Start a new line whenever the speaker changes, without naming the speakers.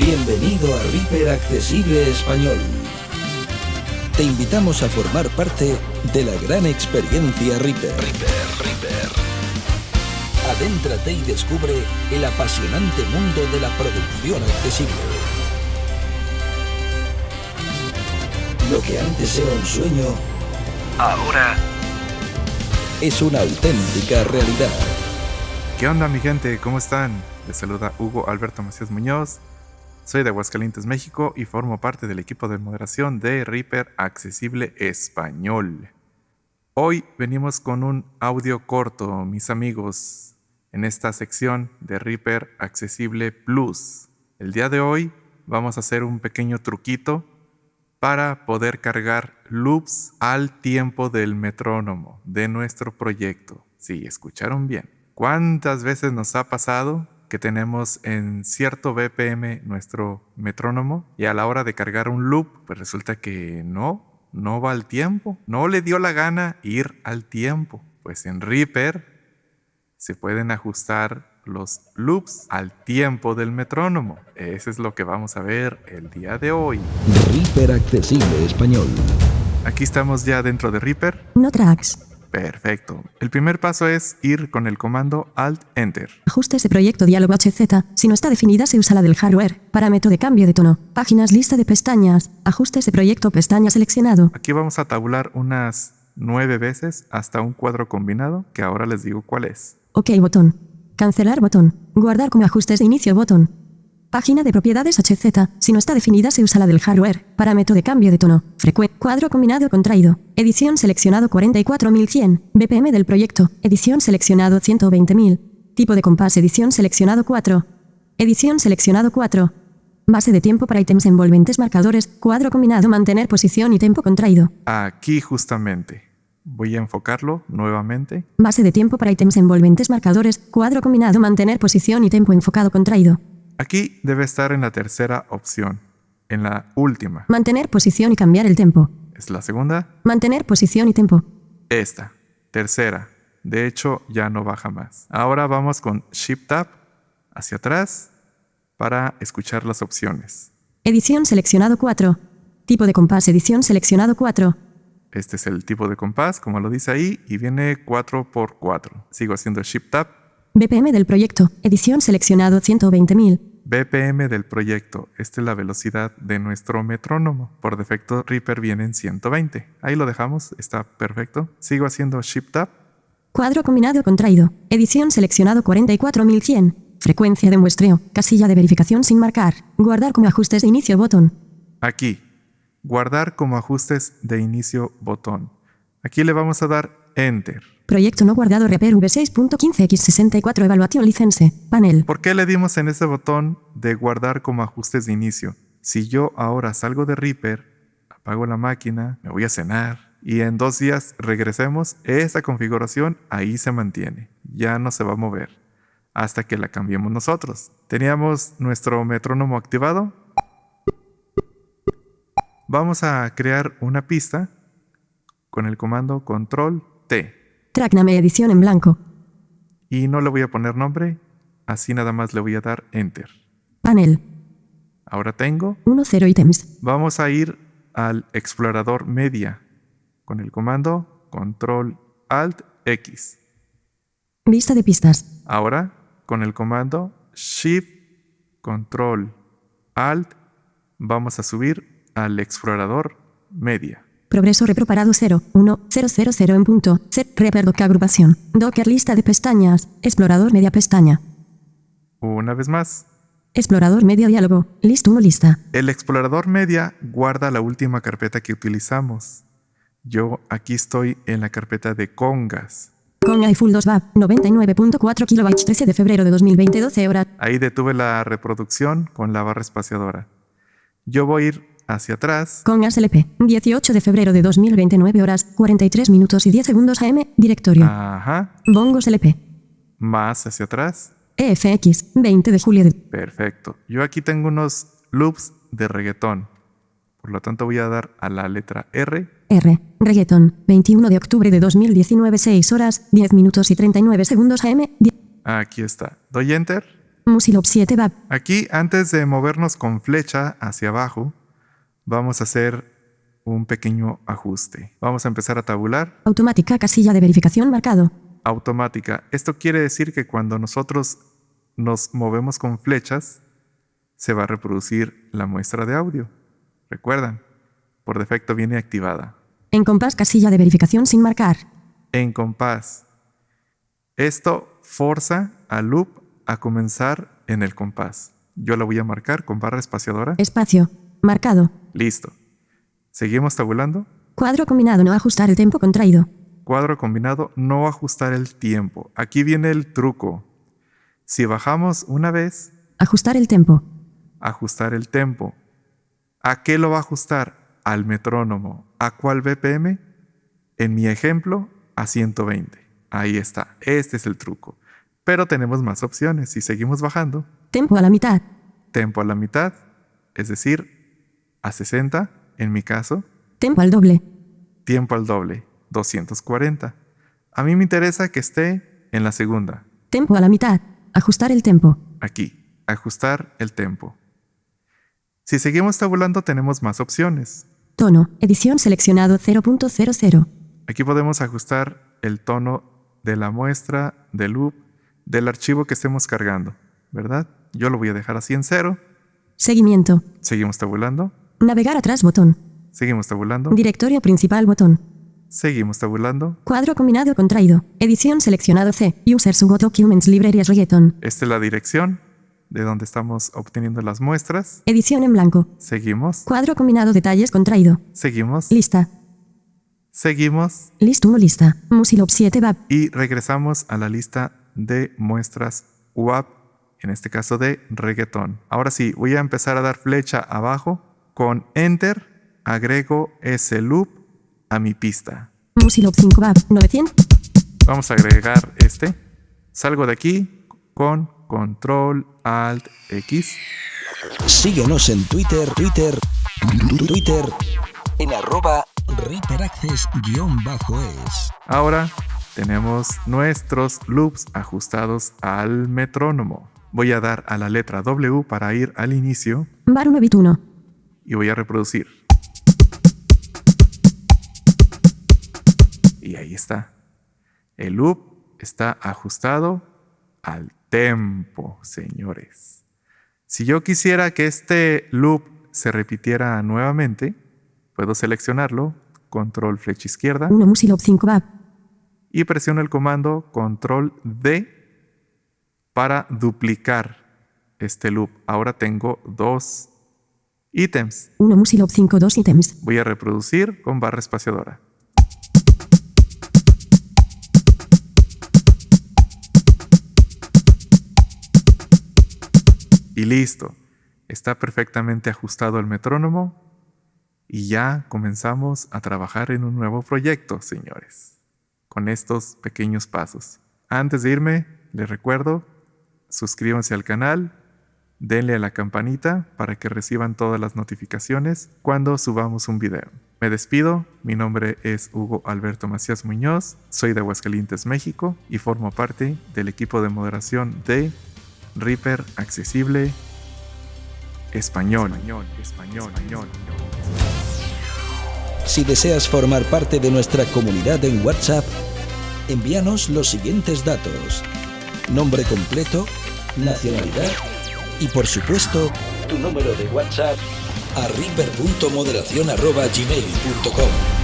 Bienvenido a Reaper Accesible Español. Te invitamos a formar parte de la gran experiencia Reaper. Adéntrate y descubre el apasionante mundo de la producción accesible. Lo que antes era un sueño, ahora es una auténtica realidad.
¿Qué onda mi gente? ¿Cómo están? Les saluda Hugo Alberto Macías Muñoz. Soy de Aguascalientes, México y formo parte del equipo de moderación de Reaper Accesible Español. Hoy venimos con un audio corto, mis amigos, en esta sección de Reaper Accesible Plus. El día de hoy vamos a hacer un pequeño truquito para poder cargar loops al tiempo del metrónomo de nuestro proyecto. Sí, escucharon bien. ¿Cuántas veces nos ha pasado que tenemos en cierto BPM nuestro metrónomo y a la hora de cargar un loop, pues resulta que no, no va al tiempo, no le dio la gana ir al tiempo. Pues en Reaper se pueden ajustar los loops al tiempo del metrónomo. Eso es lo que vamos a ver el día de hoy.
Reaper Accesible Español.
Aquí estamos ya dentro de Reaper.
No tracks.
Perfecto. El primer paso es ir con el comando Alt Enter.
Ajustes de proyecto diálogo HZ. Si no está definida se usa la del hardware. Parámetro de cambio de tono. Páginas lista de pestañas. Ajustes de proyecto pestaña seleccionado.
Aquí vamos a tabular unas nueve veces hasta un cuadro combinado, que ahora les digo cuál es.
Ok botón. Cancelar botón. Guardar como ajustes de inicio botón. Página de propiedades HZ. Si no está definida se usa la del hardware. Parámetro de cambio de tono. Frecuencia. Cuadro combinado contraído. Edición seleccionado 44100. BPM del proyecto. Edición seleccionado 120000. Tipo de compás. Edición seleccionado 4. Edición seleccionado 4. Base de tiempo para ítems envolventes marcadores. Cuadro combinado. Mantener posición y tiempo contraído.
Aquí justamente. Voy a enfocarlo nuevamente.
Base de tiempo para ítems envolventes marcadores. Cuadro combinado. Mantener posición y tiempo enfocado contraído.
Aquí debe estar en la tercera opción, en la última.
Mantener posición y cambiar el tiempo.
Es la segunda,
Mantener posición y tiempo.
esta, tercera. De hecho, ya no baja más. Ahora vamos con Shift Tab hacia atrás para escuchar las opciones.
Edición seleccionado 4. Tipo de compás. Edición seleccionado 4.
Este es el tipo de compás, como lo dice ahí, y viene 4x4. Sigo haciendo Shift Tab.
BPM del proyecto. Edición seleccionado 120.000.
BPM del proyecto. Esta es la velocidad de nuestro metrónomo. Por defecto, Reaper viene en 120. Ahí lo dejamos, está perfecto. Sigo haciendo Shift Tab.
Cuadro combinado contraído. Edición seleccionado 44.100. Frecuencia de muestreo. Casilla de verificación sin marcar. Guardar como ajustes de inicio botón.
Aquí, guardar como ajustes de inicio botón. Aquí le vamos a dar Enter.
Proyecto no guardado Reaper V6.15x64 Evaluación license. Panel.
¿Por qué le dimos en ese botón de guardar como ajustes de inicio? Si yo ahora salgo de Reaper, apago la máquina, me voy a cenar y en dos días regresemos, esa configuración ahí se mantiene, ya no se va a mover hasta que la cambiemos nosotros. Teníamos nuestro metrónomo activado. Vamos a crear una pista con el comando control T
Trackname edición en blanco.
y no le voy a poner nombre, así nada más le voy a dar enter.
Panel.
Ahora tengo
10 ítems.
Vamos a ir al explorador media con el comando control alt X.
Vista de pistas.
Ahora con el comando shift control alt vamos a subir al explorador media.
Progreso repreparado 0, 1, 0, 0, 0 en punto. Set Reaper Docker agrupación. Docker lista de pestañas. Explorador media pestaña.
Una vez más,
Explorador media diálogo. List 1 lista.
el explorador media guarda la última carpeta que utilizamos. Yo aquí estoy en la carpeta de congas.
Con iFull 2 VAP 99.4 kilobytes 13 de febrero de 2020 12 horas.
Ahí detuve la reproducción con la barra espaciadora. Yo voy a ir hacia atrás
Con ASLP 18 de febrero de 2029 horas 43 minutos y 10 segundos AM. Directorio.
Ah. Ajá.
Bongos LP.
Más hacia atrás.
E EFX 20 de julio de
Perfecto. Yo aquí tengo unos loops de reggaetón. Por lo tanto voy a dar a la letra R.
R. Reggaeton 21 de octubre de 2019 6 horas 10 minutos y 39 segundos AM. Die-
Aquí está. Doy enter.
Musilop 7 Bab.
Aquí, antes de movernos con flecha hacia abajo, vamos a hacer un pequeño ajuste. Vamos a empezar a tabular
Automática casilla de verificación marcado.
automática. Esto quiere decir que cuando nosotros nos movemos con flechas, se va a reproducir la muestra de audio. Recuerdan, por defecto viene activada.
En compás casilla de verificación sin marcar.
en compás. Esto forza al loop a comenzar en el compás. Yo la voy a marcar con barra espaciadora.
Espacio. Marcado.
Listo. Seguimos tabulando.
Cuadro combinado no ajustar el tiempo contraído.
Cuadro combinado, no ajustar el tiempo. Aquí viene el truco. Si bajamos una vez,
Ajustar el tiempo.
ajustar el tempo. ¿A qué lo va a ajustar? Al metrónomo. ¿A cuál BPM? En mi ejemplo, a 120. Ahí está. Este es el truco. Pero tenemos más opciones. Si seguimos bajando,
Tempo a la mitad.
tempo a la mitad, es decir, a 60, en mi caso,
Tempo al doble.
tiempo al doble, 240. A mí me interesa que esté en la segunda,
Tempo a la mitad. Ajustar el tiempo.
aquí, ajustar el tempo. Si seguimos tabulando tenemos más opciones.
Tono. Edición seleccionado 0.00.
Aquí podemos ajustar el tono de la muestra, del loop, del archivo que estemos cargando, ¿verdad? Yo lo voy a dejar así en cero.
Seguimiento.
Seguimos tabulando,
Navegar atrás botón.
seguimos tabulando,
Directorio principal botón.
seguimos tabulando.
Cuadro combinado contraído. Edición seleccionado C. User Sugo Documents Librerías Reggaeton.
Esta es la dirección de donde estamos obteniendo las muestras.
Edición en blanco.
Seguimos,
Cuadro combinado detalles contraído.
seguimos,
Lista.
seguimos
List 1 lista. Musilop 7 Bab.
y regresamos a la lista de muestras UAP, en este caso de reggaetón. Ahora sí, voy a empezar a dar flecha abajo. Con Enter agrego ese loop a mi pista.
Musilop 5 Bab. 900.
Vamos a agregar este. Salgo de aquí con Control Alt X.
Síguenos en Twitter, Twitter, tu- Twitter, en arroba RiperAccess-es.
Ahora tenemos nuestros loops ajustados al metrónomo. Voy a dar a la letra W para ir al inicio
Bar 1 bit 1.
y voy a reproducir. Y ahí está. El loop está ajustado al tempo, señores. Si yo quisiera que este loop se repitiera nuevamente, puedo seleccionarlo, control flecha izquierda,
1 Musilop 5 Bab.
y presiono el comando control D para duplicar este loop. Ahora tengo dos ítems.
1 Musilop 5 2 ítems.
Voy a reproducir con barra espaciadora. Y listo. Está perfectamente ajustado el metrónomo. Y ya comenzamos a trabajar en un nuevo proyecto, señores. Con estos pequeños pasos. Antes de irme, les recuerdo, suscríbanse al canal, denle a la campanita para que reciban todas las notificaciones cuando subamos un video. Me despido, mi nombre es Hugo Alberto Macías Muñoz, soy de Aguascalientes, México y formo parte del equipo de moderación de Reaper Accesible Español. español, español. español.
Si deseas formar parte de nuestra comunidad en WhatsApp, envíanos los siguientes datos. Nombre completo, nacionalidad y por supuesto tu número de WhatsApp a reaper.moderación.gmail.com